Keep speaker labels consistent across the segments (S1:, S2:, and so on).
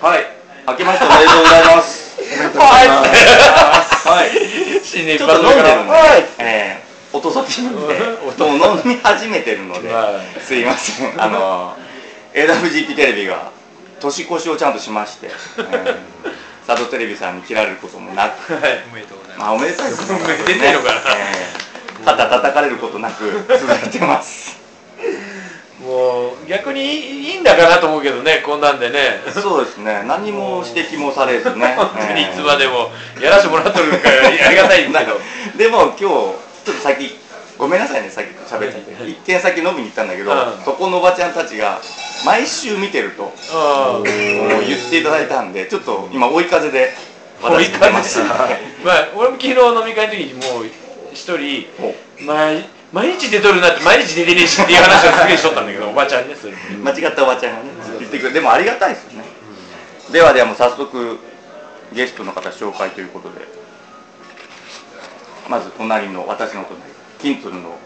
S1: はい、明けましておめでとうございます。はい、
S2: 新年
S1: ち
S2: 一
S1: ょっと
S2: 発
S1: 飲ん
S2: 目
S1: でる
S2: か
S1: んで
S2: ら、
S1: えー、おとそきなんで、
S2: 音
S1: もう飲み始めてるので、
S2: はい
S1: すいません、あの AWGP テレビが年越しをちゃんとしまして、えー、佐渡テレビさんに切られることもなく、
S2: おめでとうござい
S1: まあ、おめでたいですね、
S2: おめでたいのかな
S1: えー肩叩かれることなく続いてます。
S2: すもう逆にいいんだかなと思うけどねこんなんでね
S1: そうですね、何も指摘もされ ずね、
S2: 本当にいつまでもやらせてもらっとるからありがたいんですけど
S1: でも今日ちょっと先ごめんなさいね先喋ってて一軒先飲みに行ったんだけど、
S2: うん
S1: そこのおばちゃんたちが毎週見てるともう
S2: うん
S1: 言っていただいたんでちょっと今追い風で
S2: 追い
S1: 私
S2: 風
S1: 出ました
S2: まあ俺も昨日飲み会の時にもう一人
S1: お
S2: 毎毎日出とるなって毎日出てねえしっていう話をすげえしとったんだけどおばちゃんねそれ
S1: 間違ったおばちゃんがね言ってくれでもありがたいですよね、ではではもう早速ゲストの方紹介ということでまず隣の私の隣キントルの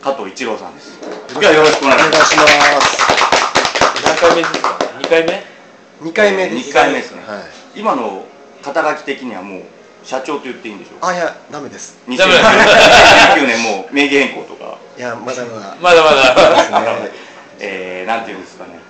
S1: 加藤一郎さんですではよろしくお願いします
S3: します。
S2: 何回目ですか2回目
S3: 二回目です。
S1: 二回目ですね
S3: はい。
S1: 今の肩書き的にはもう社長と言っていいんでしょうか
S3: あいやダメです。
S1: 2019
S2: ダメ
S1: 年もう名義変更 とか、
S3: いやまだま だ。
S2: まだまだ
S3: はい
S1: えー、なんていうんですかね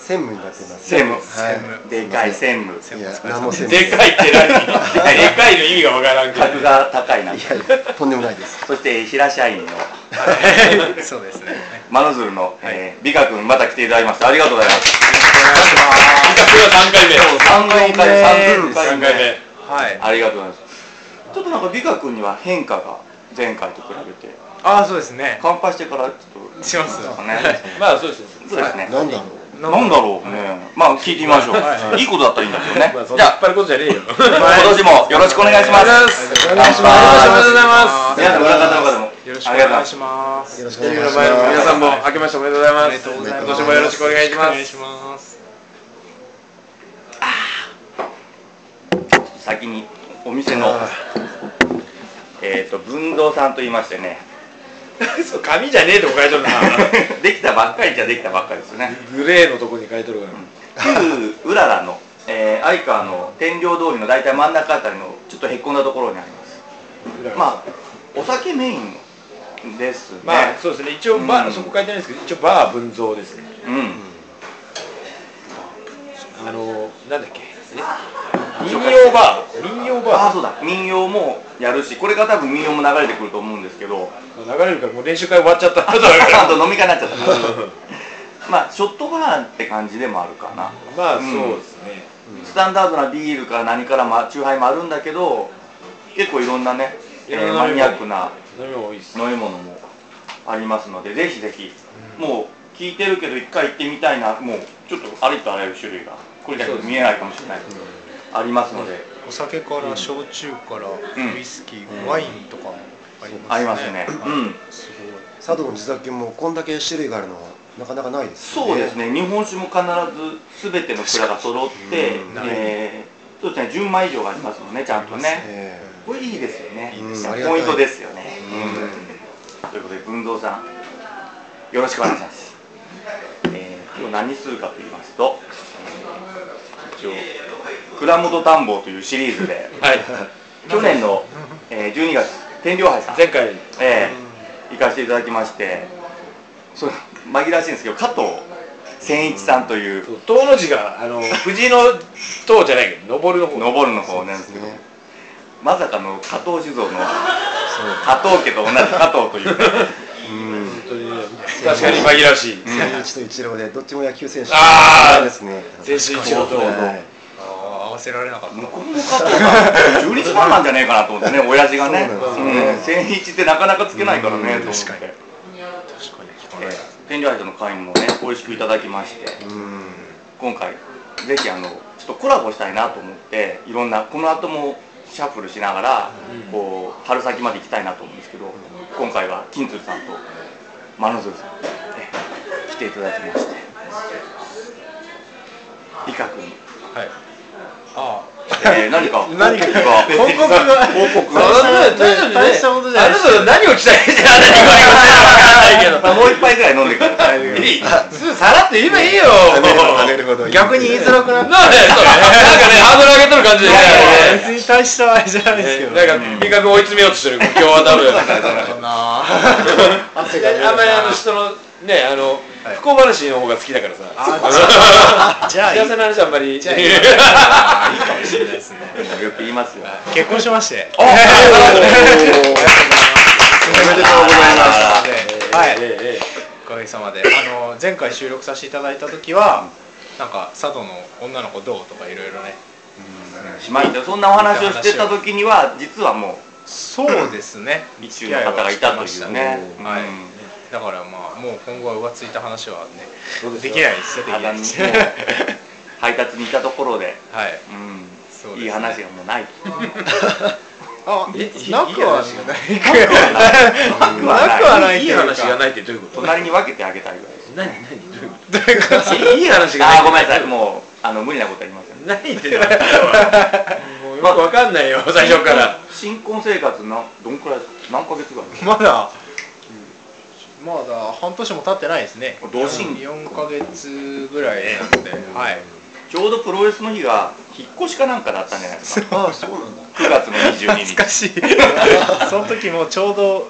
S3: 専務になってます。
S1: 専務
S3: はい。
S1: でかい専務
S3: いや何も専務
S2: でかいって何でかいの意味がわからんけど
S1: 格が高いなと
S3: いやとんでもないです。
S1: そして平社員の
S4: そうですね。
S1: 真鶴の、えー美香君また来ていただきましたありがとうございます
S2: 企画は3回目
S1: 3回目
S3: 三回
S2: 3回目
S4: はい。
S1: ありがとうございますちょっとなんか美香君には変化が前回と比べて
S4: ああ、そうですね。
S1: 乾杯してからちょっと
S4: します。
S1: なんかね
S2: まあそうですね
S1: そう ですね
S3: なんだろう。
S1: なんだろうね。まあ聞いてみましょう。いいことだったらいいんだけどね
S2: まあ。そん
S1: じゃ
S2: な引っ
S1: あ
S2: 張ることじゃねえ よ
S1: 今年もよろしくお願いします。
S3: お願いし
S2: ありがとうご
S3: ま
S2: ざいます
S1: 皆さん裏方の方も
S4: よろしく
S1: あ
S4: お
S1: りがとうございま
S4: 願い
S1: す
S4: し。ます。
S3: す。よろしくお
S2: テレ
S3: 願い
S2: ビ
S3: し
S2: の
S3: ます。
S2: 前の皆さん
S3: も
S2: も明けましておめでとうございます
S3: ざいます
S2: 今年もよろしくお願いし
S4: お
S2: ま
S4: 願い
S2: す
S4: します。
S1: 先にお店のえっと文蔵さんと言いましてね。
S2: そう紙じゃねえってお書いとるな
S1: できたばっかりじゃできたばっかりですよね。
S2: グレーのとこに書いとるから
S1: 旧うららのえー相川の天領通りの大体真ん中あたりのちょっとへっこんだところにあります。まあお酒メインですね。
S2: まあそうですね一応バ
S1: うん
S2: ーそこ書いてないですけど一応バー文蔵ですね
S1: うん。
S2: あのなんだっけえ民謡バー民謡
S1: ああ
S2: バ
S1: そうだ民謡もやるしこれが多分民謡も流れてくると思うんですけど
S2: ー流れるからもう練習会終わっちゃったなと
S1: あと飲み会になっちゃったまあショットバーって感じでもあるかな、
S2: まあ
S1: う
S2: そ
S1: ん
S2: うですね
S1: スタンダードなビールから何からもチューハイもあるんだけど結構いろんなね、えー
S2: いろんな
S1: マ
S2: 飲み物
S1: ニアックな
S2: 飲みも多いっす
S1: 飲み物もありますのでぜひぜひ、もう聞いてるけど一回行ってみたいなもうちょっとありとあらゆる種類がこれだけ見えないかもしれないけど、ありますので、
S4: お酒から焼酎から
S1: ん
S4: ウイスキー、ワインとかもありますね。
S1: ありますね、うん
S3: すごい。佐藤の地酒もこんだけ種類があるのはなかなかないですよね。
S1: そうですね、日本酒も必ず全ての蔵が揃って、
S3: うん
S1: えーそうですね、10枚以上がありますもんね、ちゃんとね。
S3: え
S1: これいいですよね、
S3: うんありがたい
S1: ポイントですよね。
S3: え。
S1: ということで、文蔵さん、よろしくお願いします。えー今日何するかと言いますと、えー一応、蔵元探訪というシリーズで、
S2: はい
S1: 去年の、えー12月、天領杯さん、
S2: 前回
S1: えー行かせていただきまして、そう紛らわしいんですけど、加藤千一さんという、
S2: 塔の字があの藤井の塔じゃないけど登るの方
S1: 登るの方なんですけど、まさかの加藤酒造の加藤家と同じ加藤というね、
S3: うん。
S2: 本当にね確かに紛らわしい
S3: 千一と一郎でどっちも野球選手。
S2: あー
S3: ですね。
S2: 全身一郎と
S3: はい
S4: ああ、合わせられなかった。
S1: 向こうの加藤が中日ファンなんじゃねえかなと思ってね、親父がね、
S3: そう
S1: う
S3: なん
S1: ん千一ってなかなかつけないからね、と思って
S4: 確、かに確かに聞か
S1: え
S4: ない。
S1: ー天領愛の会員もね、美味しくいただきまして、
S3: うん。
S1: 今回、ぜひあの、ちょっとコラボしたいなと思って、いろんな、この後もシャッフルしながら、こう春先まで行きたいなと思うんですけど、今回は金鶴さんと真鶴さん、えー来ていただきまして、理香君、
S4: はい。
S2: あ
S1: えー、何か
S4: 何か
S1: が
S4: 報告が
S1: 報告
S2: あ
S1: が
S2: あなた
S4: ね大したことじゃない
S2: あなたは何を期待してあなたに言 われるかわかんないけど
S1: もう一杯ぐらい飲んでください
S2: いいさらっと言えばいいよ
S3: 跳ねるほどいい
S4: 逆に言いづらく
S2: な
S4: なっ
S2: んかねそうねなんかねハードル上げとる感じで
S4: た
S2: ね
S4: 別に大したあれじゃないですけど
S2: なんか味覚を追い詰めようとしてる今日はダメだ
S4: か な汗が出るな
S2: あんまりあの人のねあの
S4: はい
S2: 不幸話の方が好きだからさ
S4: あじゃあいい
S2: 幸せな話あんまり
S4: じゃあいいかいいかもしれないですね
S1: よく言いますよ
S4: 結婚しまして
S1: お
S3: おめでとうございました
S1: あ
S4: はい
S2: ええええ
S4: おかげさまであの前回収録させていただいた時はなんか佐渡の女の子どうとかいろいろね
S1: しまいそんなお話をしてた時には実はも
S4: そうですね
S1: う一中の方がいたというね
S4: うんはい
S1: うん
S4: だからまあもう今後は浮ついた話はね
S3: そうです
S4: で
S3: よ
S4: きないで すよできな
S1: 肌
S4: い
S1: に
S4: で
S1: も
S4: す
S1: う配達にいたところで、
S4: はい
S1: うん
S4: そうですね
S1: いい話がもうない
S4: あ
S2: え
S4: なくは
S1: な
S4: なくはない
S2: いい話がないってどういうこと
S1: 隣に分けてあげたいぐらいです
S2: 何何どういうこといい話がない
S1: あーごめんなさいもうあの無理なことは言いません
S2: 何言ってんのもうよくわかんないよ 最初から
S1: 新婚生活などんくらいですか何ヶ月ぐらいですか
S4: まだまだ半年も経ってないですね
S1: 同心
S4: 4か月ぐらいなんではい
S1: ちょうどプロレスの日が引っ越しかなんかだったんじゃない ですか
S3: ああそうなんだ
S1: 9月の22
S4: 懐
S1: 日
S4: かし いその時もちょうど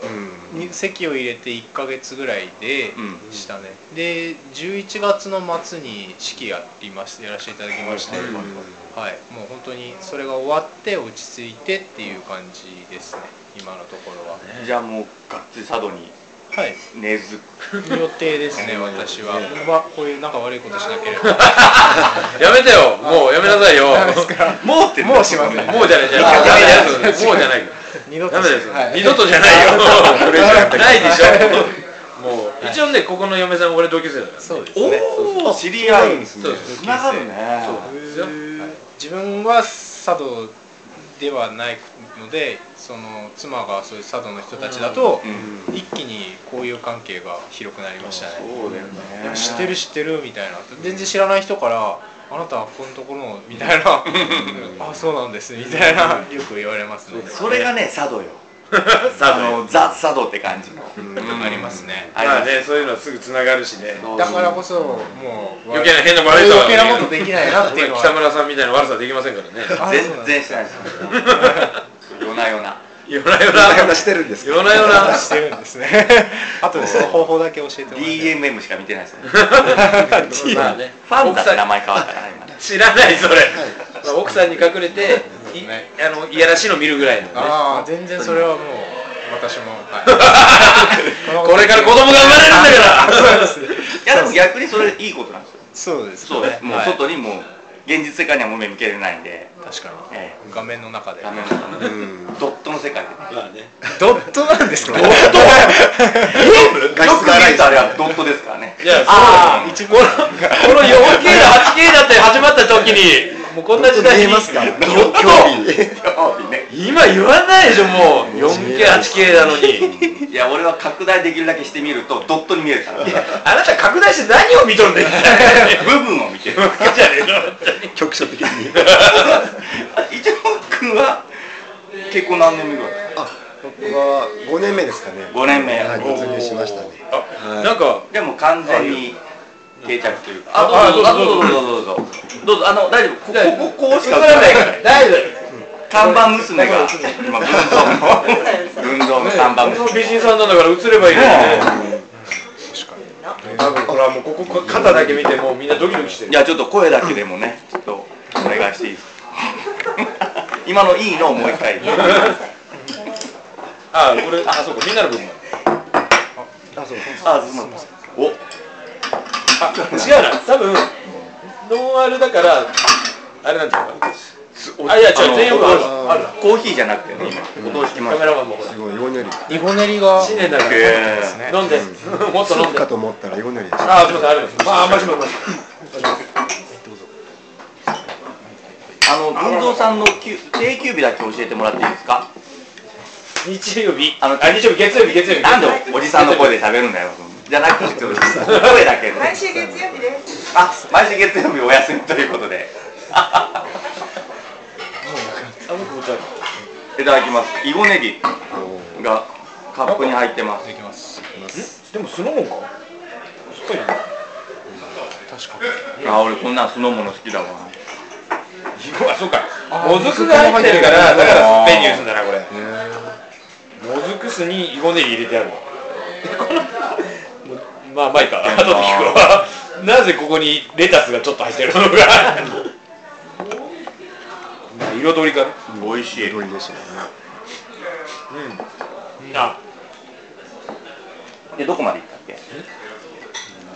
S3: うん
S4: に席を入れて1か月ぐらいで
S1: うん
S4: したね、で11月の末に式やりましてやらせていただきまして、
S1: うん
S4: はいもう本当にそれが終わって落ち着いてっていう感じですね今のところは、
S1: じゃあもうがっつり佐渡に
S4: はい
S1: 根付く
S4: 予定ですね私は、まあこういうなんか悪いことしなければ
S2: やめてよもうやめなさいよ
S1: もうって
S4: もうしません
S2: もうじゃないじゃないダメだよもうじゃない
S4: 二度と
S2: ダメです
S4: はい
S2: 二度とじゃないよないでしょ もう一応ねここの嫁さん俺同級生だから
S4: そうですね
S1: おお知り合いつ
S2: そうです
S1: ながるね
S2: そうですよ
S4: はい自分は佐渡ではないのでその妻がそういう佐渡の人たちだと、
S1: うん
S4: 一気に交友関係が広くなりましたね
S1: そうだよね
S4: 知ってる知ってるみたいな全然知らない人から「あなたはこのところの」みたいな「 あそうなんです」みたいなよく言われますね
S1: それがね佐渡よ
S2: 佐
S1: あ
S2: 渡
S1: のザ・佐渡って感じの
S4: ありますね
S1: あり
S2: まあ
S1: ます
S2: ねそういうのはすぐつながるしね
S4: だからこそもう
S2: 余計な変な悪いとは
S4: 余計なことできないなっていうの
S2: 北
S4: は
S2: 村さんみたいな悪さできませんからね
S4: あそうな
S1: 全
S4: んで
S1: 然
S4: す
S1: してないです夜な夜な
S2: 夜な夜
S3: そんな
S2: な
S3: 話してるんですか
S2: 夜な夜な
S4: してるんですね あとでその方法だけ教えてもらいたい
S1: DMM しか見てないですね
S2: まあね
S1: ファンタって名前変わったから今ね
S2: 知らないそれ、まあ、奥さんに隠れてい
S4: ね
S2: あのいやらしいの見るぐらいのね
S4: ああ全然それはもう私もはい
S2: これから子供が生まれるんだから
S4: そうです
S1: いやでも逆にそれいいことなんですよ
S4: そうです
S1: そうですもう
S4: はい
S1: 外にもう現実世界にはもう目向けれないんで
S4: 確かに
S1: え
S4: 画面の中で
S1: え画面の中の
S3: うん
S1: ドットの世界でね
S2: まあね
S4: ドットなんですか
S1: ドットよく
S3: 画質が
S1: 見
S3: 荒い
S1: るとあれはドットですからね
S2: いや
S1: あー
S2: そうだよこのこの 4K だ 8K だって始まった時にもうこんな時代に
S3: 見えますか
S2: ちょっと
S3: 興 味
S1: ね
S2: 今言わないでしょもう 4K8K なのに
S1: いや俺は拡大できるだけしてみるとドットに見えるから
S2: あなた拡大して何を見とるんだよ
S1: 部分を見てる
S2: じゃねえの
S3: 局所的に
S1: 一応君は結婚何年目ぐらいですか
S3: あ僕は5年目ですかね
S1: 5年目
S3: はい
S1: おー
S3: 突入しましたね
S2: あ
S3: はい
S2: なんか
S1: でも完全に定着というか
S2: あ
S1: あどうぞ
S2: あどうぞ
S1: どうぞどうぞどうぞどうぞあの大丈夫こここここうしか
S2: 映らないから大丈
S1: 看板娘が今群像の群像の看板
S2: 夫 美
S1: 娘
S2: 人さんなんだから映ればいいのにね
S3: あほらもうここ
S2: こ肩だけ見てもうみんなドキドキしてる
S1: いやちょっと声だけでもねちょっとお願いしていいですか 今のいいのをもう一 回
S2: あこれあそうかみんなの分も
S3: あそう
S1: あすいませんお
S2: あ違うな多分ノンアルだからあれなんていうのかなあいや違
S1: あの
S2: う全部
S3: あ
S2: あ
S3: の
S2: るあ
S1: コーヒーじゃなくてね今お通しき
S2: る
S1: ま
S2: カ
S1: し
S2: メ
S1: た
S2: ラマンもほら
S3: すごい4年より
S4: ニゴネリが
S2: 新年だから
S1: えー
S2: 飲んで もっと飲ん
S3: か
S2: で
S3: と思ったら4年よりでした
S2: あすみませんありがとうございますまああんまりしませ
S1: あの文蔵さんの休定休日だけ教えてもらっていいですか
S2: ん日曜日
S1: あ
S2: あ
S1: の
S2: 日曜日月曜日月曜日
S1: なんでおじさんの声で喋るんだよじゃなくて声だけで
S5: 毎週月曜日です。
S1: あ毎週月曜日お休みということでただきますイゴネギ
S3: お
S1: がカップに入ってます
S4: できます
S2: でも酢のもんか酸っぱいよね
S4: 確か
S1: あ俺こんなん酢の物好きだわ
S2: あそうか
S4: あー
S2: もずくが入ってるからだから酸っぱいニュースだなこれ
S3: へー
S2: もずく酢にイゴネギ入れてあるわもうまあまあいいか後で聞くわなぜここにレタスがちょっと入ってるのかまあ彩りかね
S1: 美味しい
S3: 緑でしたね
S2: うんあ
S1: でどこまで行ったっけ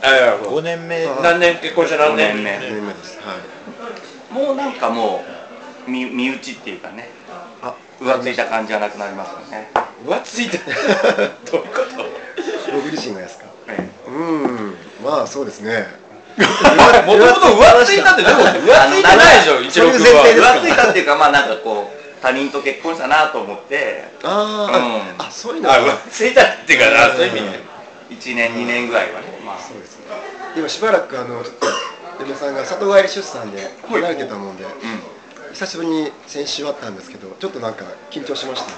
S2: え
S5: 5年目
S3: あ
S2: 何年結婚して何
S1: 5
S2: 年
S1: 年
S3: 二
S1: 目
S3: 年目ですはい
S1: もうなんかもう身身内っていうかね
S3: あ
S1: 浮ついた感じはなくなりますよね、
S2: 浮ついて どういうこと
S3: 僕自身がですか
S1: え
S3: うーんまあそうですね
S2: もともと浮ついたってどういうこと浮ついてないでしょ一郎君
S3: そういう前提
S1: え
S3: で
S2: は
S1: 浮ついたっていうかまあなんかこう他人と結婚したなと思って
S3: あー、
S1: うん
S3: あそういうの
S2: あ
S3: は
S2: 浮ついたっていうかなそういう意味ね
S1: 1年2年ぐらいはねまあ
S3: そうですね今しばらくあのちょっと嫁さんが里帰り出産で離れてたもんで
S1: うん
S3: 久しぶりに先週会ったんですけどちょっとなんか緊張しましたね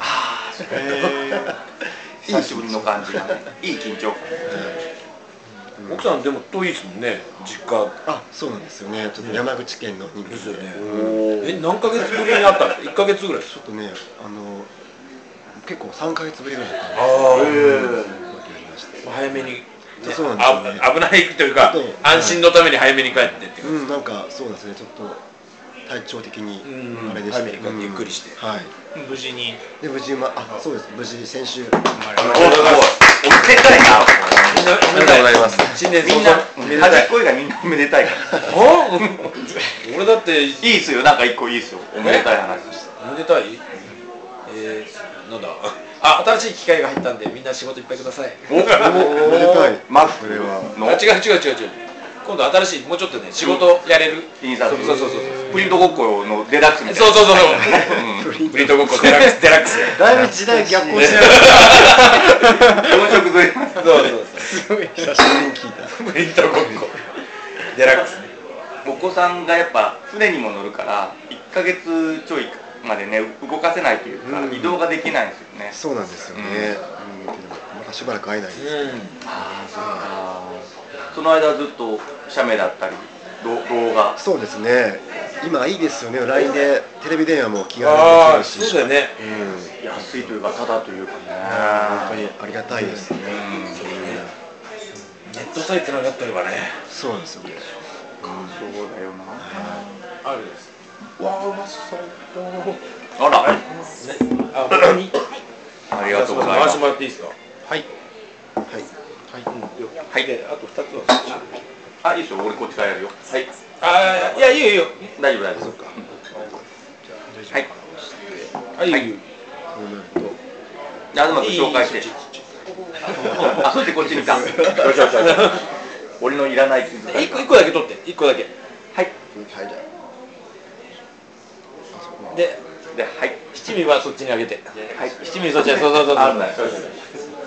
S1: 久しぶりの感じがねいい緊張感
S2: 奥さんでも遠いですもんね実家
S3: あそうなんですよねちょっと山口県の人間で
S2: ですよね
S3: うん
S2: え何ヶ月ぶりに会ったの1ヶ月ぐらいです
S3: ちょっとねあの結構3ヶ月ぶりぐらいだったんで
S2: あ
S3: こうやってやりまして
S2: 早めに、ね
S3: そうなん
S2: あ
S3: ですよね
S2: 危ないというか
S3: ちょっと
S2: 安心のために早めに帰ってっていう
S3: うんなんかそうですねちょっと体調的に
S2: うん
S3: あれでした
S2: 早めに帰ってゆっくりして
S3: うんはい
S4: に無事に
S3: で無事まあそうです無事先週
S4: 生まれ
S1: お
S4: ま
S1: お
S4: し
S1: すごいおめでたいな
S2: おめでとうございます新年
S1: みんな端っこ以外みんなおめでたいから
S2: あ 俺だって
S1: いいっすよなんか一個いいっすよおめでたい話して
S2: おめでたいえー、なんだあ
S4: た新しい機会が入ったんでみんな仕事いっぱいください
S2: おお
S3: おめでたい
S1: マスク
S3: これは
S1: の
S2: あ違う違う違う違う今度新しいもうちょっとね仕事やれる、
S1: 印刷
S2: そうそうそうそう
S1: プリントごっこのデラックスみたい
S2: そう
S1: な
S2: そうそう
S1: う
S2: そうプリントごっこデラックスデラックス
S3: だいぶ時代逆行し て
S1: そう4色ずれます
S2: そうそう
S3: 久しぶりに聞いた
S2: そうプリントごっこデラックスね
S1: お子さんがやっぱ船にも乗るから1ヶ月ちょいまでね動かせないというか、
S3: うん
S1: 移動ができないんですよね
S3: そうなんですよね、うんけどまたしばらく会えないです、
S1: その間ずっと写メだったりど動画
S3: そうですね今いいですよね LINE でテレビ電話も気軽
S2: ああ
S3: にでき
S2: そ
S3: る
S2: う
S3: し
S2: だよね
S3: うん
S1: 安いというかただというかね
S3: 本当にありがたいですね、
S2: ネットさえ繋がってればね
S3: そうなんですよね
S1: そうだよな
S2: あるですわあうまそう
S1: あら
S2: あここに
S1: あ
S2: あ
S1: りがとうございま
S2: 回し
S1: す
S2: てもらっていいですか
S3: はい
S2: はいであと二つは
S1: あいいですよ俺こっちからやるよはい
S2: あーいやいいよいいよ
S1: 大丈夫大丈夫はい
S2: はい、はい、
S3: こうなると
S1: じゃあ東君紹介してあそしてこっちにいたよしよしよし俺のいらない気遣い
S2: 一個一個だけ取って一個だけ
S1: はい
S3: はいじゃ
S2: で
S1: ではい
S2: 七味はそっちにあげて
S1: はい
S2: 七味そっちにそうそうそう
S1: あるね
S2: そう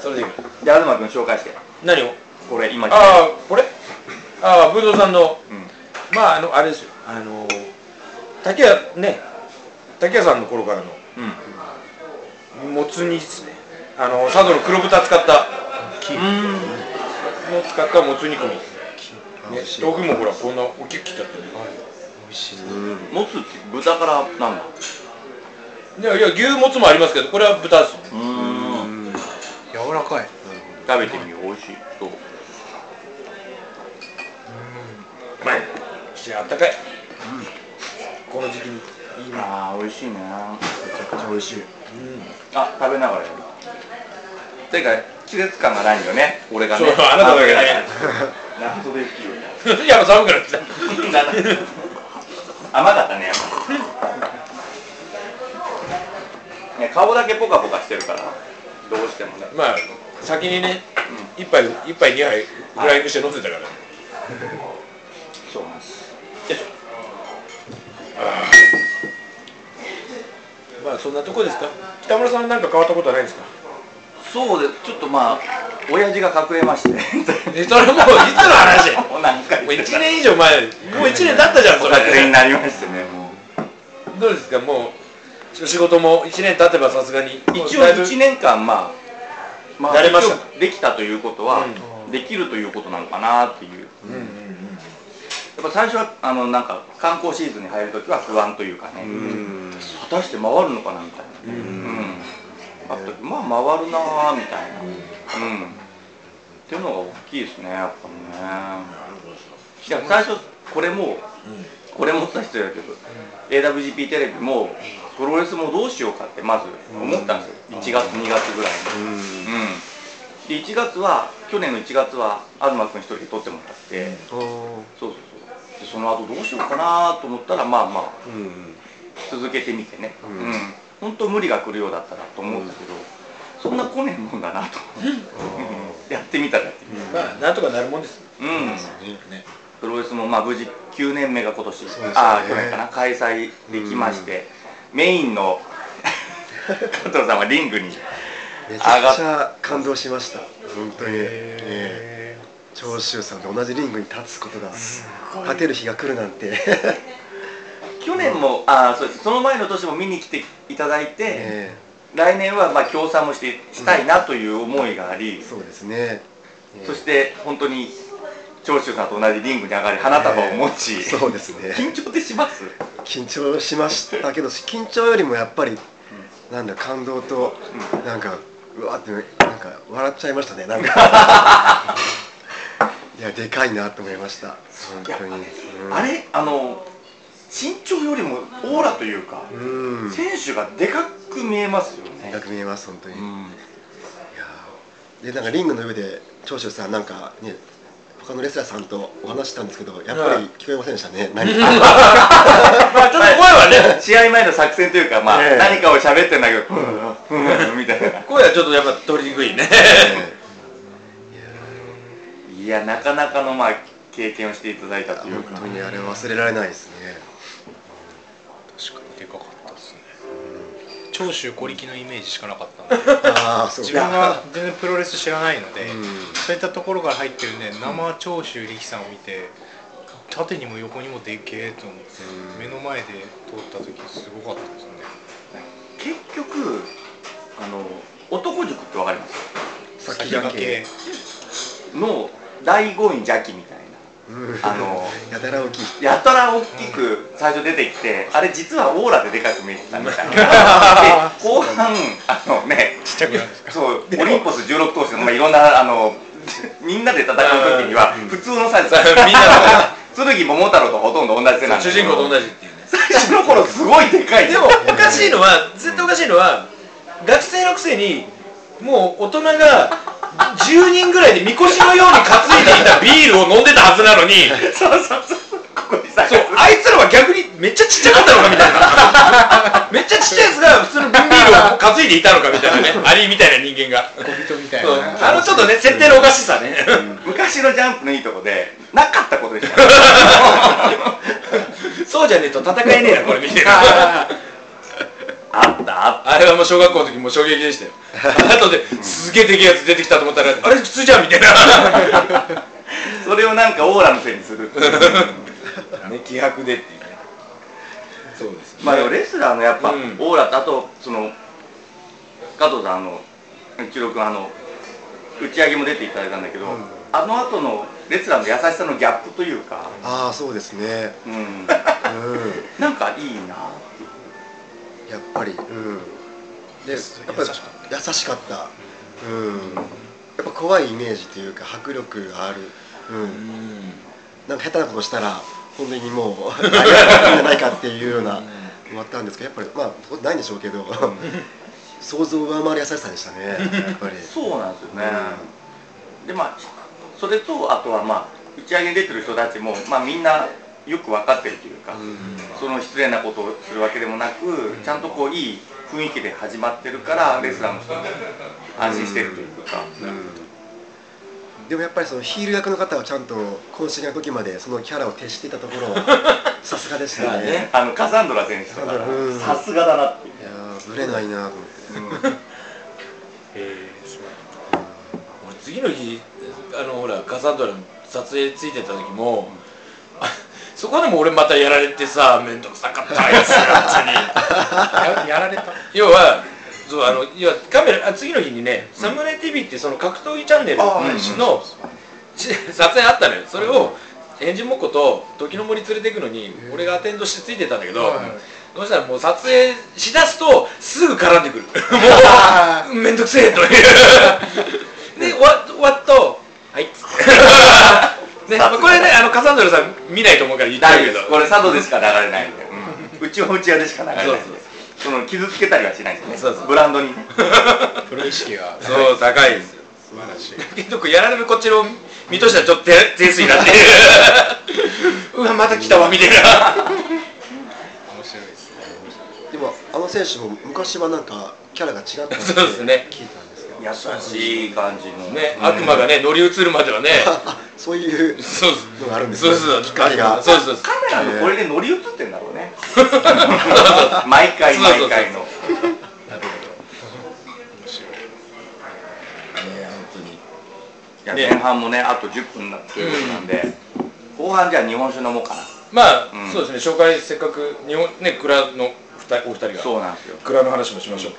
S2: それでいく
S1: じゃあ東君紹介して
S2: 何を
S1: これ今来てる
S2: ああこれああブードさんの
S1: うん
S2: まああのあれですよあの竹谷ね竹谷さんの頃からの
S1: うん
S2: もつ煮ですねあの佐渡の黒豚使ったの使ったもつ煮込み
S3: あ美
S2: ね
S3: 味しい、
S2: 豆腐もほらこんな大きく切っちゃってる、
S3: うん
S1: もつって豚からなんだ
S2: いやいや牛もつもありますけどこれは豚です
S1: う
S2: よね
S1: ん
S4: た柔らかい
S1: 食べてみよう美味しいそう
S2: うまいしあったかい、この時期にいいな
S1: あー美味しいね
S3: めちゃくちゃ美味しい
S1: あ食べながらやるてか季節感がないよね俺がね
S2: そうあなただけね
S1: 長袖着てるよ
S2: うんやっぱ寒くなってきた
S1: 甘かったねやっぱね顔だけポカポカしてるからどうしてもね
S2: まあ先にね一杯一杯二杯フライングして飲んでたから、
S1: そうなんです
S2: まあそんなとこですか北村さんなんか変わったことはないですか
S1: そうでちょっとまあ親父が隠れま して
S2: えそれもういつの話も
S1: もう何回
S2: う
S1: 言って
S2: 1年以上前もう1年経ったじゃんそ
S1: お隠れに
S2: れ
S1: なりましてねもう
S2: どうですかもう仕事も1年経てばさすがに
S1: 一応
S2: だいぶ
S1: 1年間まあ、まあ、
S2: 慣れました
S1: 一応できたということは、できるということなのかなっていう、
S2: うんうん
S1: やっぱ最初はあのなんか観光シーズンに入るときは不安というかね、果たして回るのかなみたいな、うんあとまあ回るなーみたいな、うんっていうのが大きいですねやっぱねいや最初これもこれ持った人やけど、AWGP テレビもプロレスもどうしようかってまず思ったんですよ、1月2月ぐらいに。うん、で1月は去年の1月は東君一人で撮ってもらって、そうそうそうでその後どうしようかなと思ったらまあまあ続けてみてね、うん
S3: ん
S1: 本当無理が来るようだったらと思うんだけど、そんな来ねえもんだなと、うん やってみたらやってみた
S2: まあなんとかなるもんです
S1: うん、
S2: ね
S1: プロレスもまあ無事9年目が今年、
S3: すね
S1: ああ去年かな開催できまして、メイン の加藤さんはリングに
S3: めちゃくちゃ感動しました本当に、ええ長州さんと同じリングに立つことが勝てる日が来るなんて
S1: 去年も、ああそうですその前の年も見に来ていただいて、
S3: え
S1: 来年はまあ協賛もしてしたいなという思いがあり、
S3: えそうですね、ええ
S1: そして本当に長州さんと同じリングに上がり花束を持ち、
S3: そうですね
S1: 緊張ってします
S3: 緊張しましたけど緊張よりもやっぱりなんだ感動となんかうわーってなんか笑っちゃいましたねなんか いやでかいなと思いました本当に、うん
S1: あれあの身長よりもオーラというか、
S3: うん
S1: 選手がでかく見えますよ
S3: で
S1: ね
S3: か、く見えます本当に、
S1: う
S3: い
S1: ん
S3: やーでなんかリングの上で長州さんなんかね他のレスラーさんとお話ししたんですけどやっぱり聞こえませんでし たね、何か
S2: まあちょっと声はね
S1: 試合前の作戦というか、まあ
S3: ええ
S1: 何かを喋ってんだけど、うんうんみたいな
S2: 声はちょっとやっぱ取りにくいね
S1: いやなかなかのまあ経験をしていただいたという
S3: 本
S1: か
S3: 当にあれは忘れられないですね
S4: 確かにでかかったですね長州小力のイメージしかなかったんで
S3: ああそう
S4: 自分は全然プロレス知らないので、
S3: うん
S4: そういったところから入ってるね生長州力さんを見て縦にも横にもでっけえと思って、目の前で通った時すごかったですね
S1: 結局あの男塾ってわかります
S3: 先駆け
S1: の第5位邪気みたい
S3: うん
S1: なあの
S3: やたら大きい
S1: やたら大きく最初出てきて、あれ実はオーラででかく見えてたみたいなで後半あのね
S4: ちっちゃくなるんですか
S1: そうオリンポス16投手の、まあ、いろんなあのみんなで戦う時には普通のサイズ
S2: みんな
S1: 剣桃太郎とほとんど同じ背なんだけ
S2: 主
S1: ど
S2: 人公と同じっていうね
S1: 最初の頃すごいでかい
S2: で もおかしいのは絶対おかしいのは学生のくせにもう大人が10人ぐらいでみこしのように担いでいたビールを飲んでたはずなのに
S1: そうそうそうここにさ
S2: そうあいつらは逆にめっちゃちっちゃかったのかみたいなめっちゃちっちゃいやつが普通の瓶ビールを担いでいたのかみたいなね アリみたいな人間が
S4: 小人みたい
S2: そう
S4: な
S2: あのちょっとね設定のおかしさね
S1: 昔のジャンプのいいとこでなかったことでしたね
S2: そうじゃねえと戦えねえなこれみたいな
S1: あったあった
S2: あれはもう小学校の時も衝撃でした よあとですげえでけえやつ出てきたと思ったらあれ普通じゃんみたいな
S1: それをなんかオーラのせいにするっていう
S2: ね、気迫でっていうねそうです
S1: まあでもレスラーのやっぱ、
S2: うん
S1: オーラとあとその加藤さんあの一郎君あの打ち上げも出ていただいたんだけど、
S3: うん
S1: あの後のレスラーの優しさのギャップというか、
S3: ああそうですね
S1: うん
S3: うん
S1: なんかいいな
S3: やっぱり、うん、でやっぱり優しかった、うん、やっぱ怖いイメージというか迫力がある、うん、なんか下手なことしたら本当に もうあれがいいんじゃないかっていうような終わったんですけどやっぱりまあそんなことないんでしょうけど想像を上回る優しさでしたねやっぱり。
S1: そうなんですよね、でまあそれとあとはまあ打ち上げに出てる人たちも、まあ、みんなよく分かってるというか、
S3: うん
S1: その失礼なことをするわけでもなく、ちゃんとこういい雰囲気で始まってるからレスラーの人も安心してるというか、
S3: でもやっぱりそのヒール役の方はちゃんと渾身の時までそのキャラを徹していたところ はさすがでしたね。
S1: あのカサンドラ選手とか
S3: うん
S1: さすがだなっていう
S3: いやーぶれないなと思って。
S4: えーそう
S2: 俺次の日あのほらカサンドラの撮影ついてた時も、あそこでも俺またやられてさ面倒くさかったあいつらあい
S4: ややられた
S2: 要はそうあの要はカメラあ次の日にね「サムライ TV」ってその格闘技チャンネルの
S1: ーはい
S2: し撮影あったのよそれをエンジンモッコと時の森連れてくのに俺がアテンドしてついてたんだけど、
S4: はい
S2: そしたらもう撮影しだすとすぐ絡ん でくるもうめんどくせえというで終わ終わっと「 はい」ねまあこれねあのカサンドラさん見ないと思うから言っちゃ
S1: 大
S2: う
S1: 丈
S2: け
S1: 夫
S2: ど
S1: ですこれ佐渡でしか流れないんで、うちはうち屋でしか流れないんで
S2: そう
S1: その傷つけたりはしないんですね
S2: そうそう
S1: ブランドにね
S4: プロ意識が
S2: そう高いですよ
S4: 素晴らしい
S2: 結局やられるこっちの身としてはちょっと手手すいなっていう うわまた来たわみたいな
S4: 面白いですね
S3: でもあの選手も昔はなんかキャラが違ったって
S2: そうですね
S3: 聞いたんですけど
S1: 優しい感じの
S2: ね悪魔がね乗り移るまでは ね
S3: あそういう
S2: そう
S3: のがあるんです
S2: そう
S3: ね
S2: そう
S3: きっかけが
S2: そうそうそう
S1: カメラのこれで乗り移ってんだろうね毎回毎回の
S4: 面白い
S1: いや
S2: ね
S1: 前半もねあと10分だっていうことなんで、後半じゃあ日本酒飲もうかな
S2: まあ、
S1: うん
S2: そうですね紹介せっかく日本ね蔵の二人お二人が
S1: そうなんですよ
S2: 蔵の話もしましょう、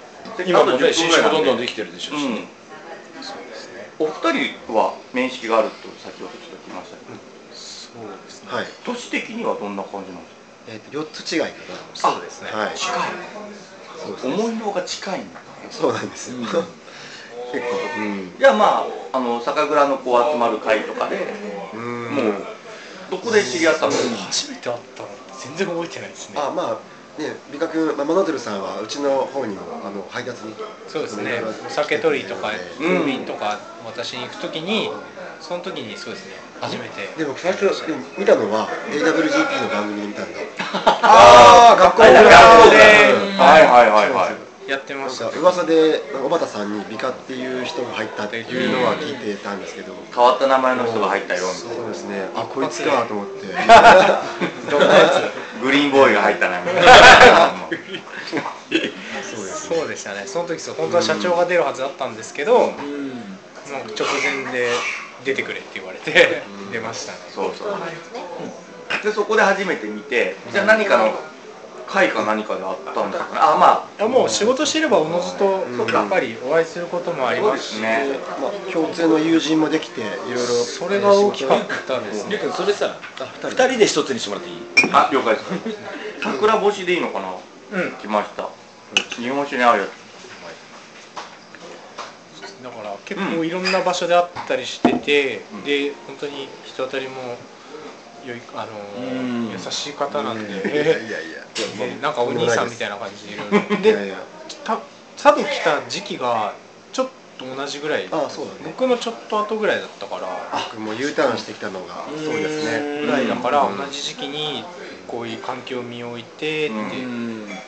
S2: 今もね新酒もどんどんできてるでしょ
S1: う
S2: うし、
S1: ん
S4: そうですね
S1: お二人は面識があると先ほどちょっと聞きましたけど
S4: そうですね
S3: はい
S1: 年的にはどんな感じなんです
S3: えっと4つ違いか
S4: そうですね
S3: なはい
S1: か
S3: そうです
S1: 近い
S3: ね
S1: 思いのほが近いんだね
S3: そうなんですよ 結構うん
S1: いやまああの酒蔵のこう集まる会とかで
S3: うん
S1: もうどこで知り合ったの
S4: 初めて会ったのって全然覚えてないですね
S3: あまあね美香君、まあ、マノドルさんはうちの方にもあの配達に
S4: そうです
S3: い
S4: ね
S3: ろいろ来てくれてるの。
S4: お酒取りとか、
S3: で
S1: うん
S4: 風鈴とか、私に行くときに、その時に、そうですね、初めて。
S3: でも最初でも見たのは AWGP の番組で見たんだ
S1: あー学
S3: 校で
S4: うん
S1: はいはいはいはい
S4: やって
S3: な
S4: ま
S3: ん
S4: した
S3: か。噂で小畑さんに美香っていう人が入ったっていうのは聞いてたんですけど
S1: 変わった名前の人が入ったよみたい
S3: そうですねあ
S4: 一発で
S3: こいつかと思って
S4: どんなやつ。
S1: なグリーンボーイが入ったなみたいな
S3: そうです
S4: そうでしたね。その時そう、本当は社長が出るはずだったんですけど、もう直前で出てくれって言われて、出ましたね。
S1: そうそうでそこで初めて見てじゃあ何かの会か何かであったんですかねあまあ
S4: いやもう仕事してればおのずと
S3: うん
S4: やっぱりお会いすることもあり
S1: そう
S4: ま
S1: ですす
S4: し、
S1: ね
S3: まあ共通の友人もできていろいろ
S4: それが大きかったです
S2: りゅ
S4: ね
S2: う。くんそれさ
S3: あ二人
S2: 二人で一つにしてもらっていい
S1: あ了解です桜干しでいいのかな
S4: うん。
S1: 来ました日本酒に合うやつ
S4: だから結構いろんな場所であったりしてて、
S1: うん
S4: で本当に人当たりも良いあのー
S2: うん
S4: 優しい方なんで、
S3: いやいやいやいや
S4: でなんかお兄さんみたいな感じでいろいろ
S3: いやい
S4: で
S3: や
S4: た佐渡来た時期がちょっと同じぐらい
S3: あそうだね
S4: 僕のちょっと後ぐらいだったから
S3: 僕も U ターンしてきたのがそうですね
S4: ぐらいだから
S3: うん
S4: 同じ時期にこういう環境を身を置いてって、
S1: うん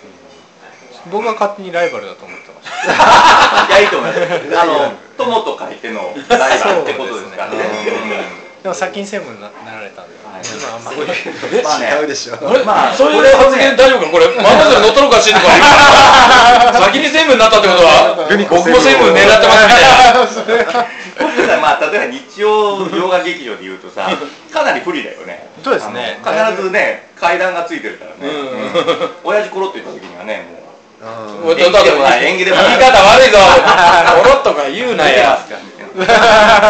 S4: 僕が勝手にライバルだと思ってました
S1: いやいいと思います あの友と書いてのライバルってことですからね
S3: そうですね
S4: でも先にセブンにななられたんで、
S1: はい
S4: 今はあんまり
S1: うんまあね
S3: 違うでしょ
S1: まあ
S2: そう
S1: こ
S2: い
S1: れ
S2: う
S1: を
S2: 発言
S1: ね
S2: 大丈夫かこれママさん乗っ取ろうかしてんのか先にセブンになったってことは
S3: グミコ
S2: 僕もセブン狙ってますみたいな
S1: 僕らまあ例えば日曜洋画劇場で言うとさかなり不利だよね
S4: そうですね
S1: あの必ずね階段がついてるからね
S2: うん
S1: うん親父コロって言った時にはねもう
S3: あ
S2: お
S3: ー
S2: いちょっと待ってお前
S1: 縁起で
S2: 言
S1: も
S2: い
S1: ない
S2: 方悪いぞおいおろっとか言うな
S1: 出てま
S2: や
S1: すからみたい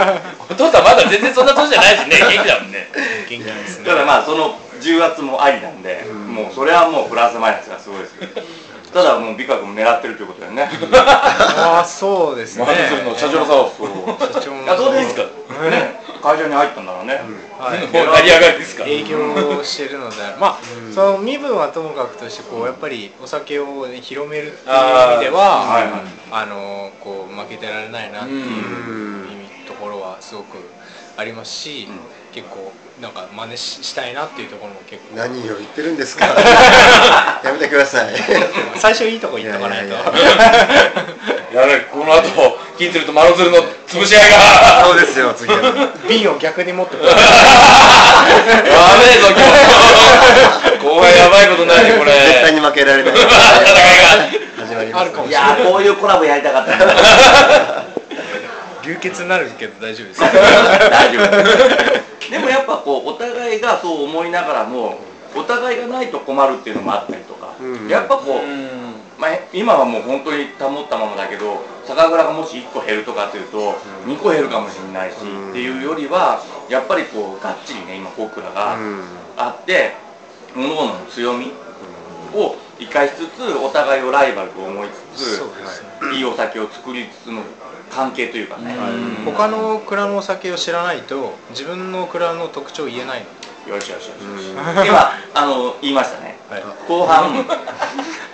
S1: な
S2: お父さんまだ全然そんな年じゃないしね元気だもんね
S4: 元気ですね
S1: ただまあその重圧もありなんで、もうそれはもうプラスマイナスがすごいですけどただもう美香君も狙ってるということだよね
S4: ああそうですね
S2: マジするの社長の差を
S1: そう
S4: 社長も
S1: いやどうでもいいですか、ね、会社に入ったんだからね、
S4: はい
S2: もう成り上がりですか
S4: 営業をしてるのであればまあ、その身分はともかくとしてこうやっぱりお酒を広めるっていう意味では
S1: あーはいはい
S4: あのこう負けてられないなっていう
S3: うん
S4: ところはすごくありますし、
S1: うん
S4: 結構なんか真似ししたいなっていうところも結構
S3: 何を言ってるんですか やめてください
S4: 最初いいとこ行っとかないと
S3: いやいやい
S2: やべこの後金鶴とマロズルの潰し合いが
S3: そうですよ次は
S4: 瓶を逆に持ってこう
S2: やべえぞ今日後輩やばいことになるねこれ
S3: 絶対に負けられない
S2: 戦いが
S3: 始まります
S4: あるかも
S1: いやーこういうコラボやりたかったな
S4: 流血になるけど大丈夫です
S1: 大丈夫でもやっぱこうお互いがそう思いながらもお互いがないと困るっていうのもあったりとか、
S3: うん
S1: やっぱこう、
S2: うん
S1: まあ、今はもう本当に保ったままだけど酒蔵がもし1個減るとかっていうと2個減るかもしれないし、
S3: うん
S1: っていうよりはやっぱりこうがっちりね今僕らが
S3: うん
S1: あって物々の強みを生かしつつお互いをライバルと思いつ
S4: そうですね
S1: ついいお酒を作りつつの関係というかね、
S2: うん
S4: 他の蔵のお酒を知らないと自分の蔵の特徴を言えないの
S1: よしよしよしよし、
S3: うん
S1: 今あの言いましたね
S4: はい
S1: 後 半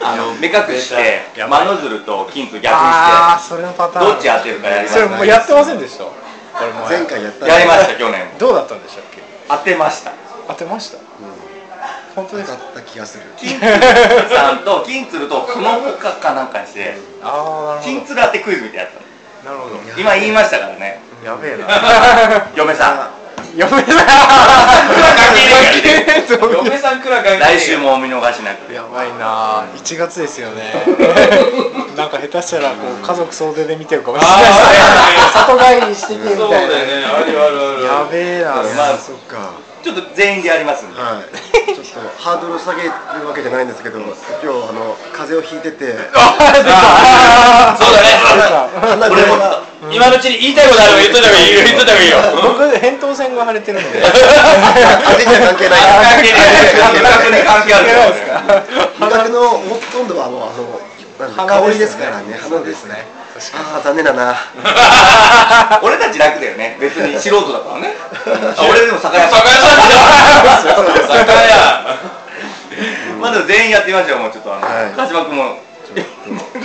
S1: あの目隠して
S4: 出たやばい
S1: 真鶴と金と逆に
S4: ああ
S1: し
S4: それのパタ
S1: て
S4: ーン
S1: どっち当てるかやりま
S4: それ
S1: し
S4: もうやってませんでしたこれも
S3: 前回やった
S1: た
S3: ね
S1: やりました去年
S4: どうだったんでしたっけ
S1: 当てました
S4: 当てました
S3: う
S4: 本当
S3: ん
S4: で
S3: よ
S4: す
S3: か
S4: か
S3: った気がする
S1: 金鶴さん と金鶴とその他かなんかにして
S4: ああなる
S1: 金
S4: ほ
S1: 鶴当てクイズみたいなやつ
S4: どなるほど
S1: 今言いましたからね
S4: やべえな
S1: 嫁さん
S4: やべえな
S1: 関係ねえ
S4: 関係ねえぞ
S2: 嫁さんくらが
S1: 来週もお見逃しなく
S4: やばいなあ1月ですよね なんか下手したらこう家族総出で見てるかもしれないですね里帰りしててみ
S2: そう
S4: たいな
S2: だよねあるあるある
S4: やべえ な
S1: まあ
S3: そっか
S1: ちょっと全員でやります んで
S3: はいちょっとハードルを下げるわけじゃないんですけど今日あの風邪をひいてて
S4: あ
S2: そうだね
S3: 鼻声が
S2: 今のうちに言いたいことあれば言っといた方がいいよ言っといた方がいい よ
S4: 僕扁桃腺が腫れてるので
S3: 風邪には関係ない
S1: 関係ない関係ある
S4: ないです
S1: からね
S4: か
S3: 味覚のほとんどはもうあのなんだ香りですからね花ですねああ残念だな
S1: 俺たち楽だよね別に素人だから ねあ俺でも酒屋
S2: 酒屋さんじゃん酒屋
S1: まあでも全員やってみましょうもうちょっとあの、
S3: はい
S1: 川島君も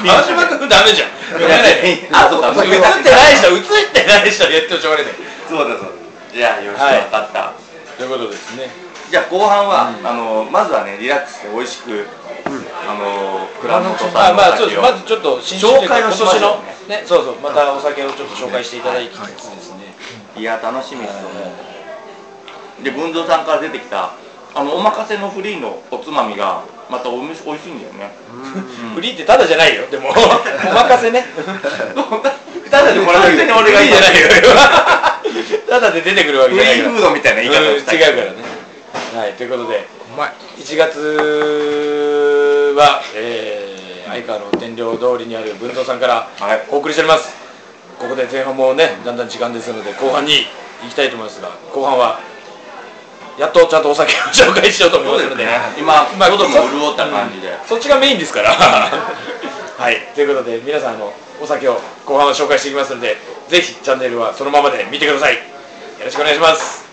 S2: 川島君ダメじゃん
S1: いやいやあそうか
S2: 映ってない人映ってない人やってもしょうがないんだよ
S1: そうだそうだじゃあよろしく分かった、
S2: ということですね
S1: じゃあ後半は、あのまずはねリラックスして美味しく、あの蔵元さんの
S2: あまあそ
S1: お
S2: う
S1: 酒
S2: です
S1: を
S2: まずちょっと新酒
S1: 紹介をしましょう
S2: 今年のねそうそうまたお酒をちょっと紹介していただきつつですね
S1: いや楽しみですよねで文蔵さんから出てきたあのお任せのフリーのおつまみがまたおみし美味しいんだよね
S2: フリーってただじゃないよで もお任せねただでもらう
S1: 完全に俺が
S2: フリーじゃないよただで出てくるわけ
S1: フ
S2: じゃない
S1: リー
S2: から
S1: フードみたいな言い方をしたい
S2: うん違うからねはいということで
S4: うまい
S2: 1月は、えー、相川の天領通りにある文蔵さんから
S1: はい
S2: お送りしておりますここで前半もねだんだん時間ですので後半に行きたいと思いますが後半はやっとちゃんとお酒を紹介しようと思
S1: そ
S2: いま
S1: うで
S2: すの
S1: す
S2: で
S1: ね今
S2: まあ
S1: 喉も潤った感じで、
S2: そっちがメインですから はいということで皆さんあのお酒を後半は紹介していきますのでぜひチャンネルはそのままで見てくださいよろしくお願いします